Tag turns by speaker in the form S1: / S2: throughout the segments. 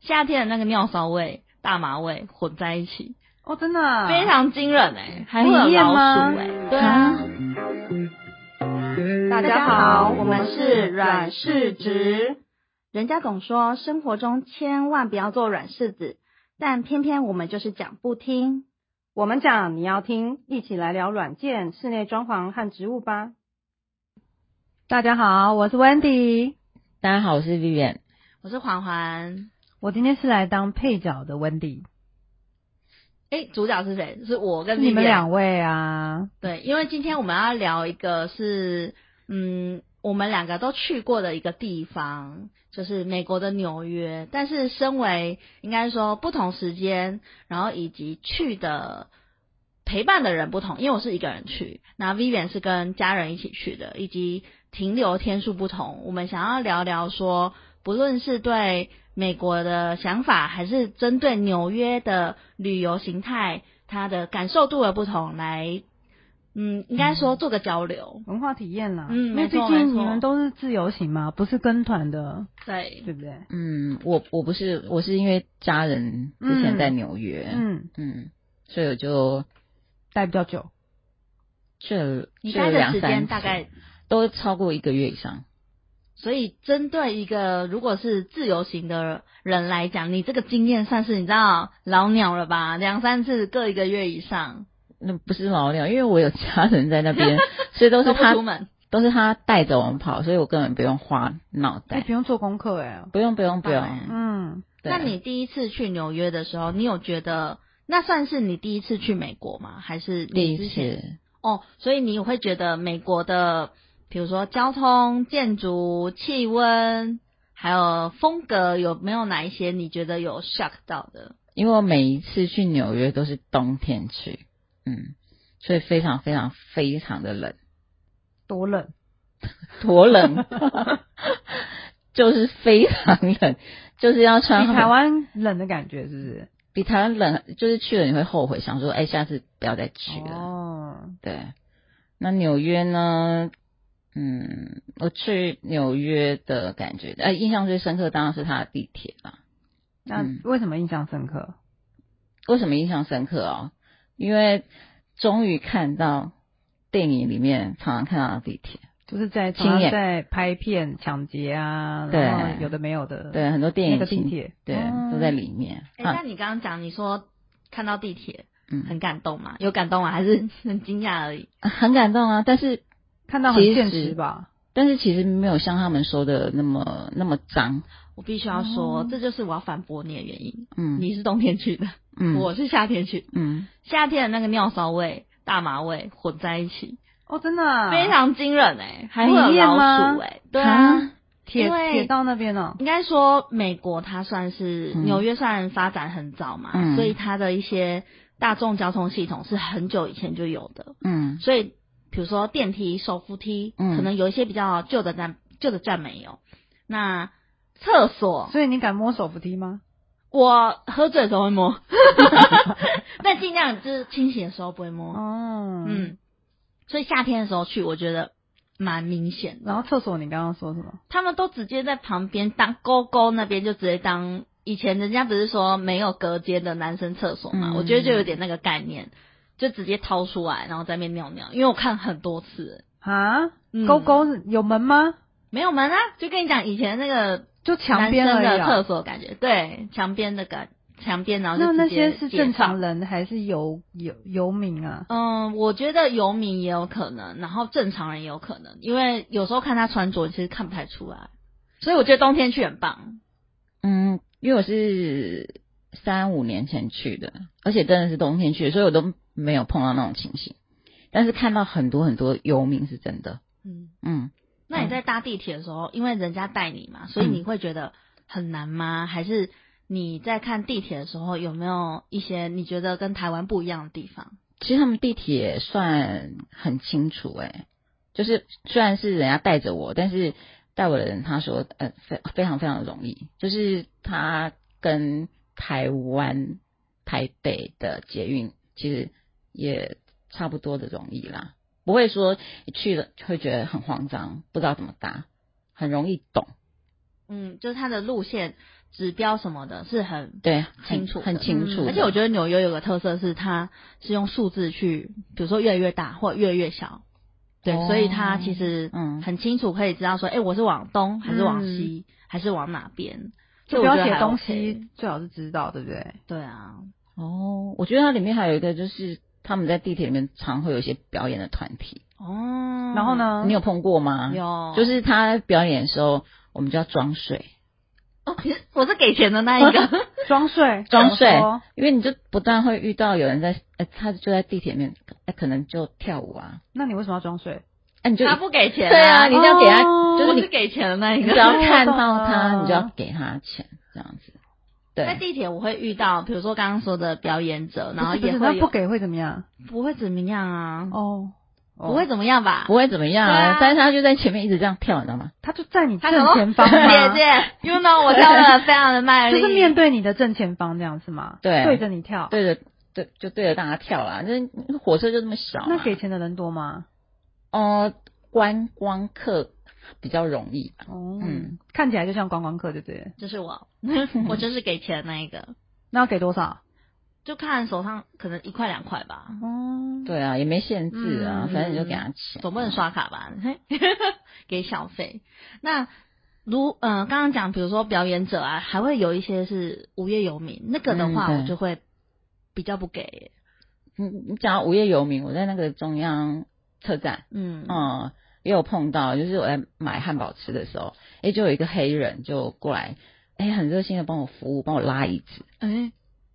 S1: 夏天的那个尿骚味、大麻味混在一起，
S2: 哦，真的啊
S1: 非常惊人哎、还会
S2: 很
S1: 有
S2: 艳
S1: 老
S2: 吗
S1: 鼠哎、嗯对啊。
S2: 大家好，我们是阮世植。
S3: 人家总说生活中千万不要做软柿子，但偏偏我们就是讲不听。
S2: 我们讲你要听，一起来聊软件、室内装潢和植物吧。大家好，我是 Wendy，
S4: 大家好，我是 Vivian。
S1: 我是环环，
S2: 我今天是来当配角的 Wendy，
S1: 哎、主角是谁？是我
S4: 呃
S1: 跟
S2: 你们
S1: Vivian
S2: 两位啊，
S1: 对，因为今天我们要聊一个是，嗯，我们两个都去过的一个地方，就是美国的纽约。但是，身为应该说不同时间，然后以及去的陪伴的人不同，因为我是一个人去，那 Vivian 是跟家人一起去的，以及停留天数不同。我们想要聊聊说，不论是对美国的想法，还是针对纽约的旅游形态，它的感受度的不同来嗯，应该说做个交流。
S2: 文化体验啦。
S1: 嗯
S2: 因为
S1: 没
S2: 毕
S1: 错没
S2: 竟
S1: 错
S2: 你们都是自由行嘛，不是跟团的，
S1: 对，
S2: 对不对？
S4: 嗯，我我不是，我是因为家人之前在纽约，嗯
S2: 嗯，
S4: 所以我就
S2: 待比较久。
S4: 去了
S1: 你
S4: 去
S1: 待
S4: 了
S1: 的
S4: 两
S1: 时
S4: 三
S1: 间
S4: 次
S1: 大概，
S4: 都超过一个月以上。
S1: 所以针对一个如果是自由行的人来讲，你这个经验算是你知道老鸟了吧？两三次各一个月以上，
S4: 那不是老鸟，因为我有家人在那 边，所以都是
S1: 不
S4: 他
S1: 出门，
S4: 都是他带着我们跑，所以我根本不用花脑
S2: 哎，
S4: 袋，
S2: 不用做功课哎。
S4: 不用不用不
S1: 棒
S4: 用
S1: 哎。
S2: 嗯，
S4: 对
S1: 那你第一次去纽约的时候，你有觉得那算是你第一次去美国吗？还是
S4: 第
S1: 你之
S4: 一
S1: 前？
S4: 次
S1: 哦，所以你会觉得美国的，比如说交通、建筑、气温，还有风格，有没有哪一些你觉得有 shock 到的？
S4: 因为我每一次去纽约都是冬天去，嗯，所以非常非常非常的冷，
S2: 多冷。
S4: 多冷， 就是非常冷，就是要
S2: 比
S4: 穿很
S2: 台湾冷的感觉是不是？
S4: 比台湾冷，就是去了你会后悔，想说哎、下次不要再去了。
S2: 哦，
S4: 对，那纽约呢？嗯，我去纽约的感觉，呃，印象最深刻当然是它的地铁啦。
S2: 那
S4: 嗯
S2: 为什么印象深刻？
S4: 为什么印象深刻哦？因为终于看到电影里面常常看到的地铁，
S2: 就是在
S4: 亲
S2: 常常
S4: 眼
S2: 在拍片、抢劫啊，
S4: 对
S2: 然后有的没有的，
S4: 对，很多电
S2: 那
S4: 影
S2: 个地
S4: 情
S2: 铁，
S4: 对、
S2: 哦
S4: 都在里面。啊
S1: 哎、那你刚刚讲你说看到地铁
S4: 嗯，
S1: 很感动嘛？有感动吗？还是 很惊讶而已？
S4: 很感动啊，但是
S2: 看到很
S4: 其
S2: 现
S4: 实
S2: 实吧？
S4: 但是其实没有像他们说的那么那么脏，
S1: 我必须要说，
S2: 哦
S1: 这就是我要反驳你的原因。
S4: 嗯，
S1: 你是冬天去的，
S4: 嗯
S1: 我是夏天去的，
S4: 嗯，
S1: 夏天的那个尿骚味、大麻味混在一起，
S2: 哦，真的啊
S1: 非常惊人哎、还会
S2: 很
S1: 有
S2: 艳
S1: 老
S2: 吗
S1: 鼠哎、对啊。
S2: 铁
S1: 因为
S2: 铁道那边哦，
S1: 应该说，美国它算是
S4: 嗯
S1: 纽约算发展很早嘛，
S4: 嗯
S1: 所以它的一些大众交通系统是很久以前就有的。
S4: 嗯
S1: 所以，比如说电梯、手扶梯，
S4: 嗯
S1: 可能有一些比较旧的站，旧的站没有。那厕所，
S2: 所以你敢摸手扶梯吗？
S1: 我喝醉的时候会 摸，但尽量就是清醒的时候不会摸。
S2: 哦，，
S1: 嗯，所以夏天的时候去，我觉得蛮明显的。
S2: 然后厕所你刚刚说什么？
S1: 他们都直接在旁边当沟沟那边就直接当。以前人家不是说没有隔间的男生厕所嘛，
S4: 嗯
S1: 我觉得就有点那个概念，就直接掏出来，然后在那边尿尿。因为我看很多次，
S2: 啊
S1: 嗯，
S2: 勾勾是有门吗？
S1: 没有门啊，就跟你讲以前那个
S2: 就墙
S1: 男
S2: 边
S1: 生
S2: 而
S1: 的
S2: 已
S1: 厕
S2: 啊。
S1: 所感觉，对，墙边的感，墙边然后
S2: 那
S1: 就
S2: 那
S1: 直接
S2: 些是
S1: 解放
S2: 正常人还是游游游民啊？
S1: 嗯，我觉得游民也有可能，然后正常人也有可能，因为有时候看他穿着，其实看不太出来，所以我觉得冬天去很棒。
S4: 嗯，因为我是三五年前去的，而且真的是冬天去的，所以我都没有碰到那种情形。但是看到很多很多游民是真的，
S1: 嗯，
S4: 嗯，
S1: 那你在搭地铁的时候，因为人家带你嘛，所以你会觉得很难吗？还是你在看地铁的时候，有没有一些你觉得跟台湾不一样的地方？
S4: 其实他们地铁算很清楚、欸，就是虽然是人家带着我，但是带我的人他说，呃，非非常非常容易，就是他跟台湾台北的捷运其实也差不多的容易啦，不会说去了会觉得很慌张，不知道怎么搭，很容易懂，
S1: 嗯，就是它的路线，指标什么的是很
S4: 对，
S1: 清
S4: 很
S1: 楚的嗯
S4: 很清楚的、
S1: 而且我觉得纽约有个特色是，它是用数字去，比如说越来越大或越来越小，对，
S4: 哦
S1: 所以它其实
S4: 嗯
S1: 很清楚可以知道说，哎、我是往东还是往西、还是往哪边，所
S2: 就
S1: 以
S2: 不
S1: 我
S2: 要
S1: 觉得
S2: 写
S1: 还
S2: 东
S1: OK
S2: 西，最好是知道，对不对？
S1: 对啊，
S4: 哦，我觉得它里面还有一个就是他们在地铁里面常会有一些表演的团体，
S1: 哦，
S2: 然后？呢，
S4: 你有碰过吗？，
S1: 有，
S4: 就是他表演的时候，我们就要装睡，
S1: 哦，其实 我是给钱的那一 个，
S2: 装睡，
S4: 装睡
S2: 怎么说，
S4: 因为你就不断会遇到有人在，呃，他就在地铁里面，呃可能就跳舞啊，
S2: 那你为什么要装睡？
S4: 哎、你就
S1: 他不给钱、
S4: 对啊，你一定要给他，
S2: 哦
S4: 就是
S1: 我
S4: 你
S1: 是给钱的那一
S4: 你
S1: 个
S4: 只。要看到
S2: 我懂
S4: 他，
S2: 了
S4: 你就要给他钱，这样子。
S1: 在
S4: 对，
S1: 地铁我会遇到，比如说刚刚说的表演者，然后
S2: 不是
S1: 也
S2: 不是
S1: 会
S2: 那不
S1: 有
S2: 给会怎么样？
S1: 不会怎么样啊，
S2: 哦，
S1: 不会
S2: 哦，
S1: 怎么样吧？
S4: 不会怎么样
S1: 对
S4: 啊
S1: 啊，
S4: 但是他就在前面一直这样跳，你知道吗？
S2: 他就在你
S1: 他
S2: 正
S1: 想说
S2: 前 方
S1: 姐
S2: 吗？
S1: 姐，you know 我跳的非常的卖
S2: 就
S1: 力，
S2: 是面对你的正前方这样是吗？
S4: 对
S2: 对着你跳。
S4: 对着对，就对着大家跳啦。那火车就这么小嘛，
S2: 那给钱的人多吗？
S4: 呃观光客比较容易吧。
S2: 哦，
S4: 嗯
S2: 看起来就像观光客，对不对？
S1: 就是我，我就是给钱那一个，
S2: 那要给多少？
S1: 就看手上可能一块两块吧，
S2: 哦，
S4: 对啊，也没限制啊，
S1: 嗯
S4: 反正你就给他钱。
S1: 总不能刷卡吧？给小费。那如嗯、呃，刚刚讲，比如说表演者啊，还会有一些是无业游民，那个的话
S4: 嗯对
S1: 我就会比较不给，
S4: 你你嗯讲到无业游民，我在那个中央车站，
S1: 嗯
S2: 哦
S4: 嗯，也有碰到，就是我在买汉堡吃的时候，哎、就有一个黑人就过来，哎、很热心的帮我服务，帮我拉椅子，
S1: 哎，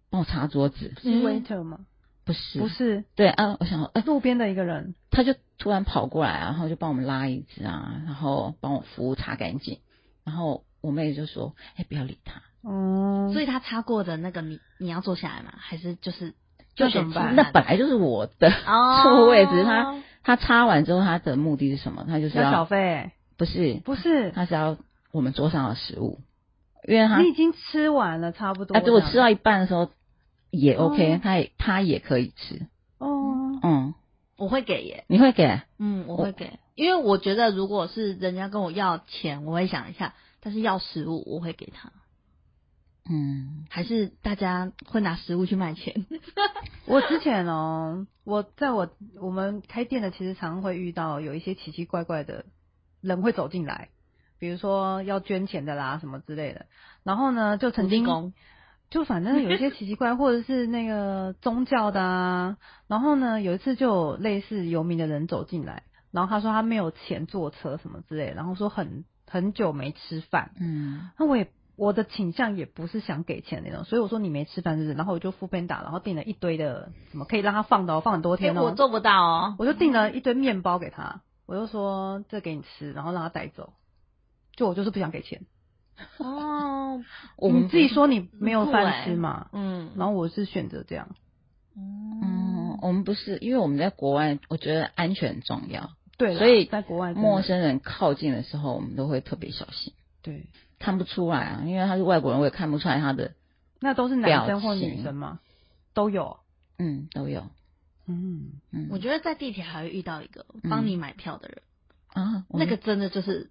S4: 帮我擦桌子，
S2: 是 waiter 吗？
S1: 嗯
S4: 不是，
S2: 不是，
S4: 对啊，我想说，哎、
S2: 路边的一个人。
S4: 他就突然跑过来啊，然后就帮我们拉椅子啊，然后帮我服务擦干净，然后我妹就说，哎、不要理他，
S2: 哦，
S1: 所以他擦过的那个你你要坐下来吗？还是就是
S2: 那
S1: 选
S2: 怎么办啊
S1: 吃
S4: 那
S1: 饭
S4: 本来就是我的
S1: 哦
S4: 错位，只是他他擦完之后，他的目的是什么？他就是啊
S2: 要小
S4: 要
S2: 费？
S4: 不是，
S2: 不 是，
S4: 他是要我们桌上的食物，因为他
S2: 你已经吃完了，差不多。
S4: 啊，对我吃到一半的时候也
S2: 哦
S4: OK，、他也他也可以吃，
S2: 哦，
S4: 嗯，
S1: 我会给耶，
S4: 你会给？
S1: 嗯，我
S4: 我
S1: 会给，因为我觉得如果是人家跟我要钱，我会想一下，但是要食物我会给他，
S4: 嗯，
S1: 还是大家会拿食物去卖 钱？
S2: 哎我之前哦，我在我我们开店的，其实常会遇到有一些奇奇怪怪的人会走进来，比如说要捐钱的啦，什么之类的。然后呢，就曾经
S1: 土地公
S2: 就反正有一些奇奇怪，或者是那个宗教的啊。然后呢，有一次就有类似游民的人走进来，然后他说他没有钱坐车什么之类的，然后说很很久没吃饭，
S4: 嗯，
S2: 那我也我的倾向也不是想给钱那种，所以我说你没吃饭是不是？然后我就付便打，然后订了一堆的什么可以让他放的、哦，放很多天
S1: 因为我
S2: 哦。
S1: 做不到哦。
S2: 我就订了一堆面包给他，我就说这给你吃，然后让他带走。就我就是不想给钱，
S1: 哦，
S4: 我
S2: 你
S4: 们
S2: 自己说你没有
S1: 很酷欸
S2: 饭吃嘛，
S1: 嗯，
S2: 然后我是选择这样。
S4: 嗯，我们不是，因为我们在国外，我觉得安全很重要，
S2: 对啦，
S4: 所以
S2: 在国外真的
S4: 陌生人靠近的时候，我们都会特别小心，
S2: 对，
S4: 看不出来啊，因为他是外国人，我也看不出来他的，
S2: 那都是男生或
S4: 表
S2: 女
S4: 情
S2: 生吗？都有。
S4: 嗯，都有，
S2: 嗯，
S4: 嗯，
S1: 我觉得在地铁还会遇到一个
S4: 嗯
S1: 帮你买票的人，
S4: 啊，
S1: 那
S2: 嗯
S4: 我们
S1: 个真的就是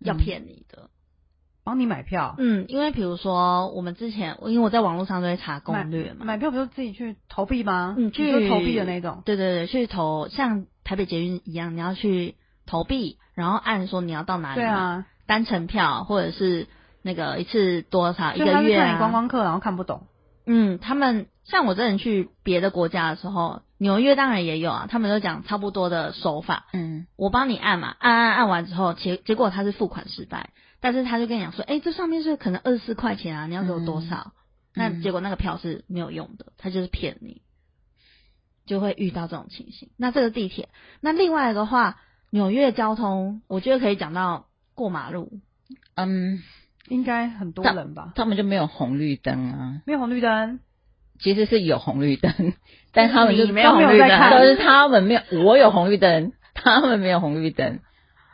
S1: 要骗你的。
S2: 帮你买票，
S1: 嗯，因为比如说我们之前，因为我在网络上都会查
S2: 买
S1: 攻略嘛，
S2: 买票不是自己去投币吗？
S1: 嗯，
S2: 你
S1: 去
S2: 就投币的那种。
S1: 对对对，去投像台北捷运一样，你要去投币，然后按说你要到哪里，
S2: 对，啊，
S1: 单程票或者是那个一次多少一
S2: 就
S1: 个
S2: 他是
S1: 月
S2: 看
S1: 啊，
S2: 你观光客，然后看不懂。
S1: 嗯，他们像我之前去别的国家的时候，纽约当然也有啊，他们都讲差不多的手法，
S4: 嗯，
S1: 我帮你按嘛，按按按完之后，结结果他是付款失败，但是他就跟你讲说，哎、这上面是可能二十四块钱啊，你要给我多少？那
S4: 嗯
S1: 结果那个票是没有用的，他就是骗你，就会遇到这种情形。那这个地铁，那另外的话，纽约交通，我觉得可以讲到过马路，
S4: 嗯，
S2: 应该很多人吧？
S4: 他们就没有红绿灯啊，
S2: 没有红绿灯，
S4: 其实是有红绿灯， 但他们就
S1: 你没有
S2: 都没有
S1: 红绿
S2: 在
S1: 灯，
S2: 看
S4: 都是他们没有，我有红绿灯， 他们没有红绿灯，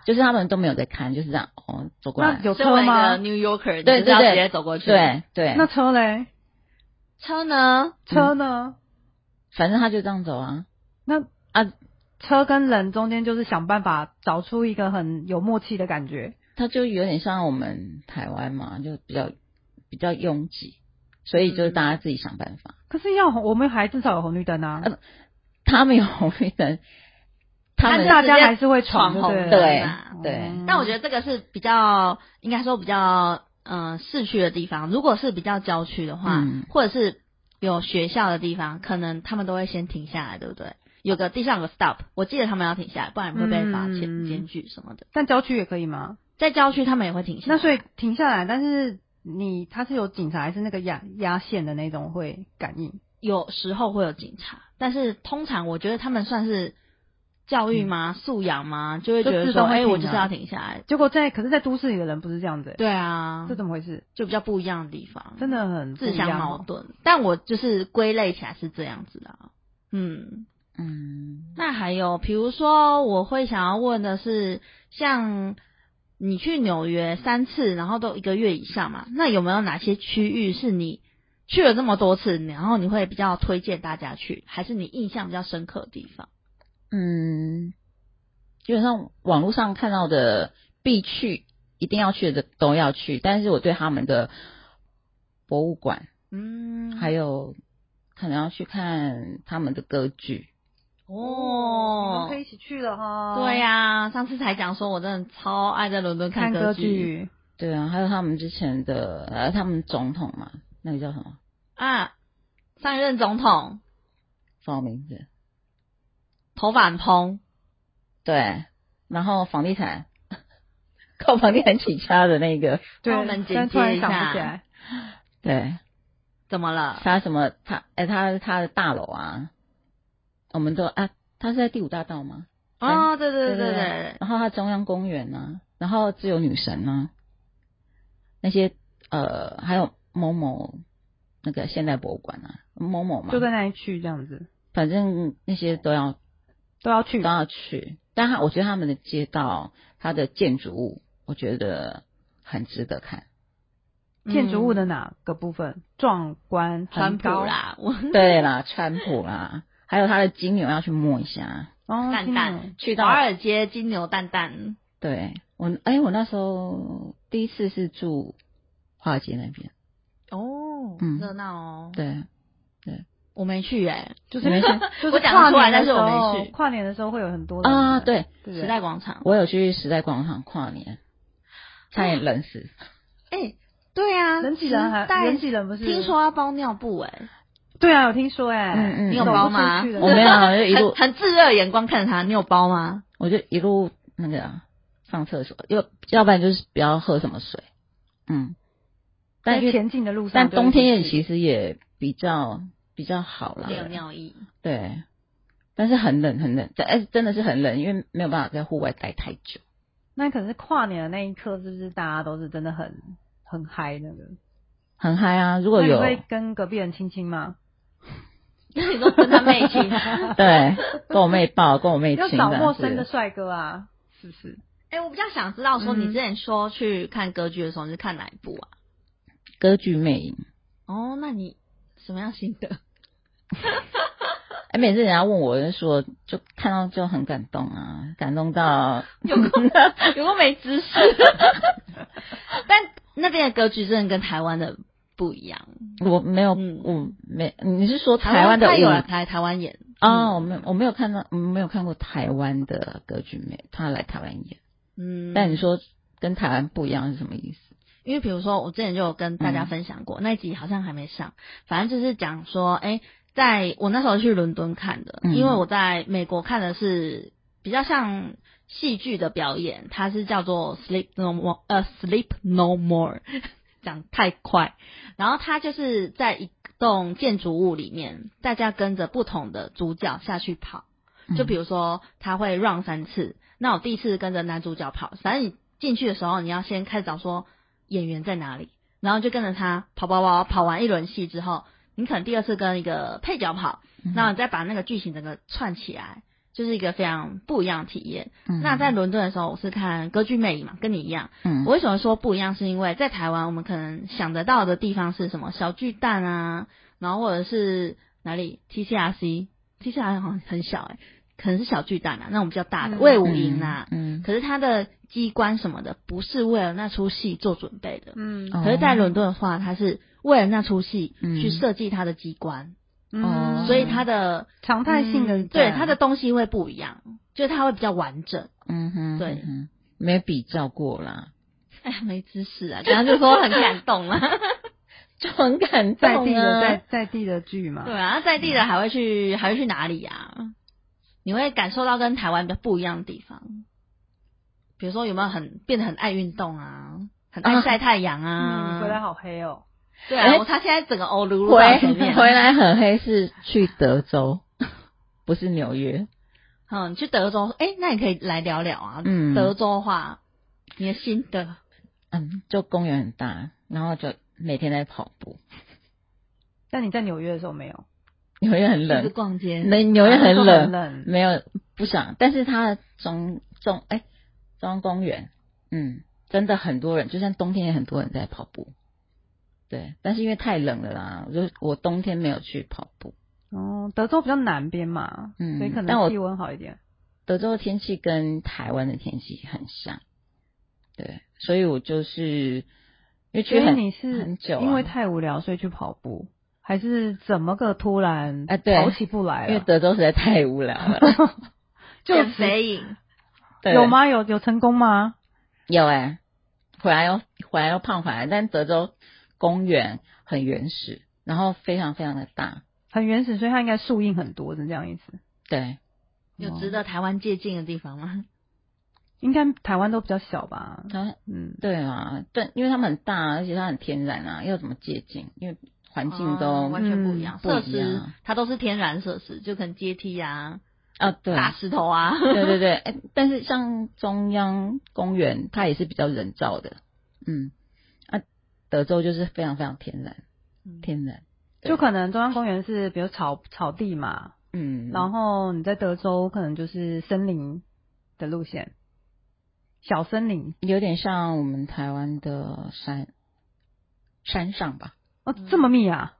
S4: 就是他们都没有在看，就是这样哦，走过
S2: 那
S4: 来。
S2: 有
S1: 身
S2: 车
S1: 为一个
S2: 吗？
S1: New Yorker，
S4: 对
S1: 你就是要
S4: 对对
S1: 直接走过去。，
S4: 对对，
S2: 那车
S1: 嗯
S2: 嘞？
S1: 车呢？
S2: 车呢？
S4: 反正他就这样走啊。
S2: 那
S4: 啊，
S2: 车跟人中间就是想办法找出一个很有默契的感觉。
S4: 他就有点像我们台湾嘛，就比较比比较拥挤，所以就是大家自己想办法。
S2: 可是要红我们还至少有红绿灯啊，
S4: 呃他们有红绿灯，他们
S1: 那
S2: 大家
S1: 直接
S2: 还是会
S1: 闯
S2: 闯
S1: 红
S2: 对
S1: 灯啊
S2: 了
S4: 对
S1: 嘛
S4: 对
S2: 嗯
S1: 但我觉得这个是比较，应该说比较，呃，市区的地方。如果是比较郊区的话，
S4: 嗯
S1: 或者是有学校的地方，可能他们都会先停下来，对不对？有个地上有个 stop，我记得他们要停下来，不然会被罚钱、
S2: 嗯
S1: 检举什么的。
S2: 但郊区也可以吗？
S1: 在郊区他们也会停下来。
S2: 那所以停下来，但是你他是有警察还是那个压压线的那种会感应？
S1: 有时候会有警察，但是通常我觉得他们算是教育
S4: 嗯
S1: 吗、素养吗，就会觉
S2: 就
S1: 得
S2: 自
S1: 说，
S2: 动会
S1: 哎、
S2: 停啊
S1: 我就是要停下来。
S2: 结果在可是，在都市里的人不是这样子、欸，
S1: 对啊
S2: 这，怎么回事？
S1: 就比较不一样的地方。
S2: 真的很不
S1: 自
S2: 一样
S1: 相
S2: 哦
S1: 矛盾。但我就是归类起来是这样子啦。嗯，
S4: 嗯，
S1: 那还有，比如说，我会想要问的是，像你去纽约三次，然后都一个月以上嘛，那有没有哪些区域是你去了这么多次，然后你会比较推荐大家去，还是你印象比较深刻的地方？
S4: 嗯，基本上网络上看到的必去、一定要去的都要去，但是我对他们的博物馆
S1: 嗯，
S4: 还有可能要去看他们的歌剧，
S2: 我们
S1: 哦
S2: 可，以一起去了哈。
S1: 对、呀、上次才讲说我真的超爱在伦敦
S2: 看
S1: 歌
S2: 歌
S1: 剧
S2: 剧，
S4: 对啊，还有他们之前的呃，他们总统嘛，那个叫什么？
S1: 啊，上一任总统
S4: 什么名字？
S1: 头发很蓬。
S4: 对，然后房地产 靠房地产起家的那个，
S2: 对，
S1: 帮我们简
S2: 但突然
S1: 介一
S2: 想
S1: 下
S2: 不起来，
S4: 对
S1: 怎么了？
S4: 他什么他哎、他他的大楼啊，我们都啊，他是在第五大道吗？
S1: 哦，对对对
S4: 对
S1: 对
S4: 对
S1: 对，
S4: 然后它中央公园啊，然后自由女神啊，那些呃，还有某某那个现代博物馆啊，某某嘛，
S2: 就在那一区这样子
S4: 反正那些都要
S2: 都要去
S4: 都。要去。但他我觉得他们的街道、它的建筑物，我觉得很值得看。
S2: 建筑物的哪个部分？壮观，
S1: 嗯川
S2: 很
S1: 普
S2: 高。
S1: 啦，我
S4: 对啦，川普啦，还有它的金牛要去摸一下。
S2: 哦，
S1: 蛋
S2: 金牛
S1: 蛋
S4: 去到
S1: 华尔街金牛蛋蛋，
S4: 对我，哎、我那时候第一次是住华尔街那边，
S1: 哦
S4: 嗯
S1: 热闹哦。
S4: 对，
S1: 我没去哎，
S2: 就是
S4: 没事
S2: 就是
S1: 我讲得
S2: 跨
S1: 出来
S2: 年
S1: 但是
S2: 的时
S1: 我没
S2: 候
S1: 去，
S2: 跨年的时候会有很多人
S4: 啊，，对，
S2: 对不对
S1: 时代广场。
S4: 我有去时代广场跨年，差点冷死。
S1: 哎，对啊，
S2: 人挤人还
S1: 时代
S2: 人挤人不是？
S1: 听说要包尿布哎，
S2: 对啊，有听说哎、
S4: 嗯嗯你有
S2: 走不
S1: 包
S2: 出
S1: 吗
S2: 去的
S4: 我没有，我就一
S1: 很
S4: 路，
S1: 很炙热的眼光看着他，你有包吗？
S4: 我就一路那个啊上厕所，要要不然就是不要喝什么水，嗯。但
S2: 在
S4: 是
S2: 前进的路上，
S4: 但冬天也
S2: 行。
S4: 其实也比较比较好啦
S1: 没，有尿意。
S4: 对。但是很冷很冷，但哎真的是很冷，因为没有办法在户外待太久。
S2: 那可是跨年的那一刻，是不是大家都是真的很很嗨那个？
S4: 很嗨啊！如
S2: 那
S4: 果
S2: 你
S4: 有
S2: 会跟隔壁人亲亲吗？
S1: 那 你都跟他妹 亲，
S4: 对跟我妹抱，跟我 妹
S2: 要
S4: 亲
S2: 找
S4: 的
S2: 陌生的
S4: 是
S2: 帅哥啊，是不是？
S1: 哎，我比较想知道说你
S2: 嗯
S1: 之前说去看歌剧的时候，你是看哪一部啊？
S4: 歌剧魅影。
S1: 哦，那你什么样心 得？
S4: 哎，每次人家问我，我就说就看到就很感动啊，感动到
S1: 有够有够没 知识。但那边的格局真的跟台湾的不一样。
S4: 我没有，
S1: 嗯
S4: 我没，你是说台湾的
S1: 他有
S4: 舞
S1: 来台湾演
S4: 啊、我没有，我没有看到，嗯没有看过台湾的歌剧没，他来台湾演。
S1: 嗯，
S4: 但你说跟台湾不一样是什么意思？
S1: 因为比如说我之前就有跟大家分享过、那一集，好像还没上，反正就是讲说，哎、在我那时候去伦敦看的，
S4: 嗯
S1: 因为我在美国看的是比较像。戏剧的表演，它是叫做 Sleep No More，呃，Sleep No More，讲 太快。然后它就是在一栋建筑物里面，大家跟着不同的主角下去跑，就比
S4: 如，
S1: 如说他会 run 三次，那我第一次跟着男主角跑，反正你进去的时候你要先开始找说演员在哪里，然后就跟着他跑跑跑跑完一轮戏之后，你可能第二次跟一个配角跑，
S4: 嗯
S1: 那你再把那个剧情整个串起来，就是一个非常不一样的体验。
S4: 嗯
S1: 那在伦敦的时候，我是看歌剧魅影嘛，跟你一样。
S4: 嗯
S1: 我为什么说不一样？是因为在台湾，我们可能想得到的地方是什么小巨蛋啊，然后或者是哪里欸 TCRC，TCRC 好像很小哎、可能是小巨蛋啊，那种比较大的
S2: 嗯
S1: 魏武营啊。
S4: 嗯，
S1: 可是它的机关什么的，不是为了那出戏做准备的。
S2: 嗯
S4: 哦
S1: 可是，在伦敦的话，他是为了那出戏
S4: 嗯
S1: 去设计他的机关，
S4: 哦
S1: 所以他的
S2: 嗯常态性的
S1: 嗯对
S2: 在
S1: 他的东西会不一样，就是他会比较完整。
S4: 嗯哼，
S1: 对
S4: 嗯哼，没比较过啦，
S1: 哎呀， 没知识 啊，刚刚就说很感动了。
S4: 就很感动、啊、
S2: 在地的在在地的剧嘛，
S1: 对啊，在地的还会去还会去哪里呀？你会感受到跟台湾比较不一样的地方，比如说有没有很变得很爱运动啊，很爱
S4: 啊
S1: 晒太阳啊
S2: 嗯，。回来好黑哦，
S1: 对
S4: 哎
S1: 啊，我他现在整个欧噜噜到前
S4: 回
S1: 面，
S4: 回来很黑是去德州，不是纽约。
S1: 嗯，你去德州，哎、那你可以来聊聊啊。
S4: 嗯
S1: 德州话，你的心得，
S4: 嗯，就公园很大，然后就每天在跑步。
S2: 但你在纽约的时候没有，
S4: 纽约很
S1: 就是啊
S4: 冷，
S1: 逛街，
S4: 那纽约很
S2: 都
S4: 冷，
S2: 很冷，
S4: 没有不想，但是它的中中哎、中央公园，嗯，真的很多人，就像冬天也很多人在跑步。对，但是因为太冷了啦，我就我冬天没有去跑步。
S2: 哦，德州比较南边嘛，
S4: 嗯
S2: 所以可
S4: 但我
S2: 能气温好一点。
S4: 德州的天气跟台湾的天气很像，对，所以我就是因为
S2: 所
S4: 去
S2: 以
S4: 很
S2: 你是
S4: 很久、啊，
S2: 因为太无聊所以去跑步，还是怎么个突然
S4: 哎对
S2: 跑起步来
S4: 因为
S2: 了？
S4: 德州实在太无 聊了，
S2: 就
S1: 减
S2: 只
S1: 肥
S4: 哦
S1: 瘾，
S4: 对
S2: 有？吗？有有成功吗？
S4: 有哎、回来又回来又胖回来，但德州公园很原始，然后非常非常的大，
S2: 很原始，所以它应该树荫很多，是这样意思。
S4: 对，
S1: 有值得台湾借鉴的地方吗？
S2: 应该台湾都比较小吧？
S4: 它
S2: 嗯，
S4: 对啊，对，因为它们很大，而且它很天然啊，要怎么接近？因为环境都、
S1: 哦完全不一样，
S4: 嗯
S1: 设
S4: 不一
S1: 施
S4: 样
S1: 它都是天然设施，就可能阶梯啊、
S4: 啊，对，
S1: 大石头啊，
S4: 对对对，哎，但是像中央公园，它也是比较人造的，嗯，啊，德州就是非常非常天然，
S2: 嗯
S4: 天然，对
S2: 就可能中央公园是比如草草地嘛，
S4: 嗯，
S2: 然后你在德州可能就是森林的路线，小森林
S4: 有点像我们台湾的山山上吧，
S2: 哦，这么密啊，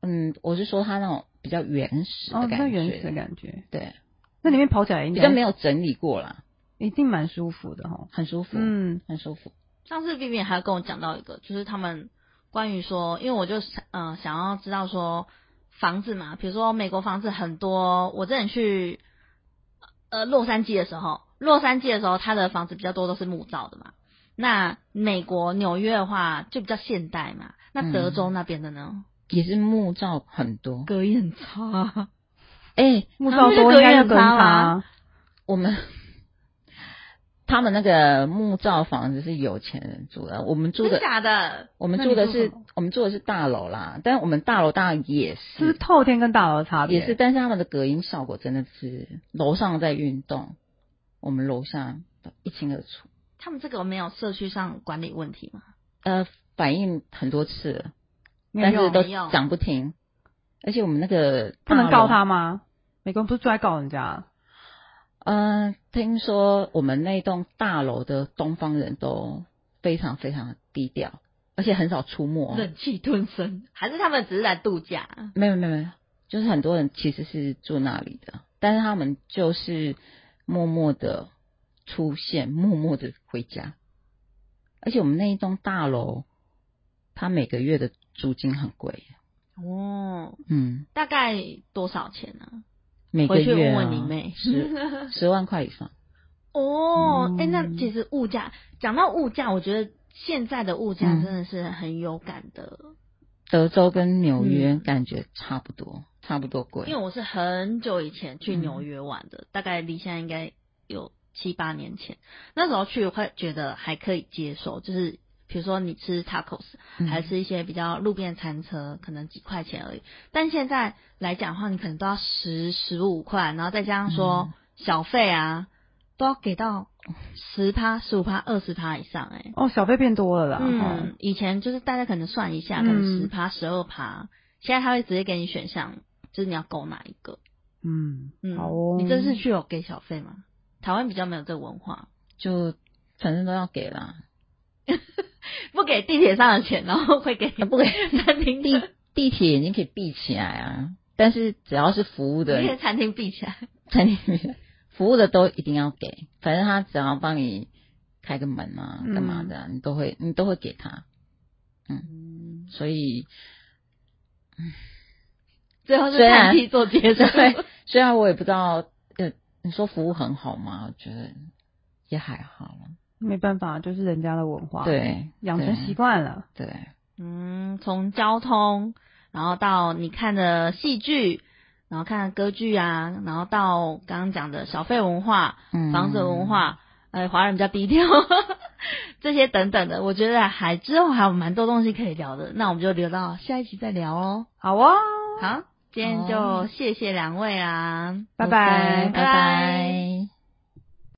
S4: 嗯，我是说它那种比较原始
S2: 哦，
S4: 的
S2: 比
S4: 感
S2: 较
S4: 觉，
S2: 原始的感觉。
S4: 对，
S2: 那里面跑起来应
S4: 比较
S2: 该
S4: 没有整理过啦，
S2: 一定蛮舒服的哈。
S4: 很舒服，
S2: 嗯，
S4: 很舒服，
S1: 上次 B B 还有跟我讲到一个，就是他们关于说，因为我就想呃想要知道说房子嘛，比如说美国房子很多，我之前去呃洛杉矶的时候，洛杉矶的时候，它的房子比较多都是木造的嘛。那美国纽约的话就比较现代嘛，那德州那边的呢，
S4: 也是木造很多，
S1: 隔音很差，
S4: 哎，
S2: 木
S1: 他
S2: 造
S1: 们就
S2: 多
S1: 隔
S2: 应该
S1: 音
S2: 就
S1: 很
S2: 更
S1: 差
S2: 差
S1: 啦
S2: 啊。
S4: 我们他们那个木造房子是有钱人住的，我们住
S1: 真
S4: 的
S1: 假的？
S4: 我们
S2: 那
S4: 住
S2: 你
S4: 的
S2: 住
S4: 是
S2: 什么
S4: 我们住的是大楼啦，但我们大楼当然也
S2: 是不
S4: 是
S2: 是透天跟大楼的差别
S4: 也是，但是他们的隔音效果真的是楼上在运动，我们楼下的一清二楚。
S1: 他们这个没有社区上管理问题吗？
S4: 呃，反映很多次了，
S2: 没
S4: 但
S2: 有
S4: 是都
S1: 没有
S4: 讲不停，而且我们那个
S2: 不能
S4: 大
S2: 告
S4: 楼。
S2: 他吗？美国人不是最爱告人家？
S4: 嗯、听说我们那栋大楼的东方人都非常非常低调，而且很少出没。哦
S1: 忍气吞声，还是他们只是来度假？
S4: 没有没有没有，就是很多人其实是住那里的，但是他们就是默默的出现，默默的回家。而且我们那一栋大楼，它每个月的租金很贵，
S1: 哦，
S4: 嗯，
S1: 大概多少钱呢、
S4: 每个月、
S1: 回
S4: 啊、
S1: 去问问你妹
S4: 十十万块以上，
S1: 哦，哎、
S2: 嗯
S1: 那其实物价，讲到物价，我觉得现在的物
S4: 嗯
S1: 价真的是很有感的，
S4: 德州跟纽约
S1: 嗯
S4: 感觉差不多，差不多贵。
S1: 因为我是很久以前去
S4: 嗯
S1: 纽约玩的，大概离现在应该有七八年前，那时候去会觉得还可以接受，就是。比如说你吃 tacos，
S4: 嗯
S1: 还是一些比较路边餐车，可能几块钱而已。但现在来讲的话，你可能都要十十五块，然后再加上
S4: 嗯
S1: 说小费啊，都要给到十趴、十五趴、二十趴以上、欸，哎，
S2: 哦，小费变多了啦。哦
S1: 嗯，以前就是大家可能算一下，可
S4: 嗯
S1: 能十趴、十二趴，现在他会直接给你选项，就是你要购哪一个。
S2: 嗯，
S1: 嗯，
S2: 好哦。
S1: 你这次去有给小费吗？台湾比较没有这个文化，
S4: 就反正都要给啦。
S1: 不给地铁上的钱，然后会给 不给餐厅
S4: 地
S1: 的，
S4: 地铁已经可以闭起来啊，但是只要是服务的
S1: 那些餐厅闭起来。
S4: 餐厅里面服务的都一定要给，反正他只要帮你开个门啊，
S2: 嗯
S4: 干嘛的啊、你都会你都会给他，
S1: 嗯，
S4: 所以
S1: 最后是
S4: 虽然
S1: 叹气做结束。
S4: 对虽然我也不知道，呃，你说服务很好吗？我觉得也还好了，
S2: 没办法，就是人家的文化，，
S4: 对，
S2: 养成
S4: 对
S2: 习惯了。
S4: 对，
S1: 嗯，从交通，然后到你看的戏剧，然后看的歌剧啊，然后到刚刚讲的小费文化、
S4: 嗯，
S1: 房子文，化，呃，华人比较低调， 这些等等的，我觉得还之后还有蛮多东西可以聊的，那我们就留到下一集再聊哦。
S2: 好哦，
S1: 好，今天就
S4: 哦
S1: 谢谢两位啊，
S2: 拜拜
S4: 拜拜
S1: 拜拜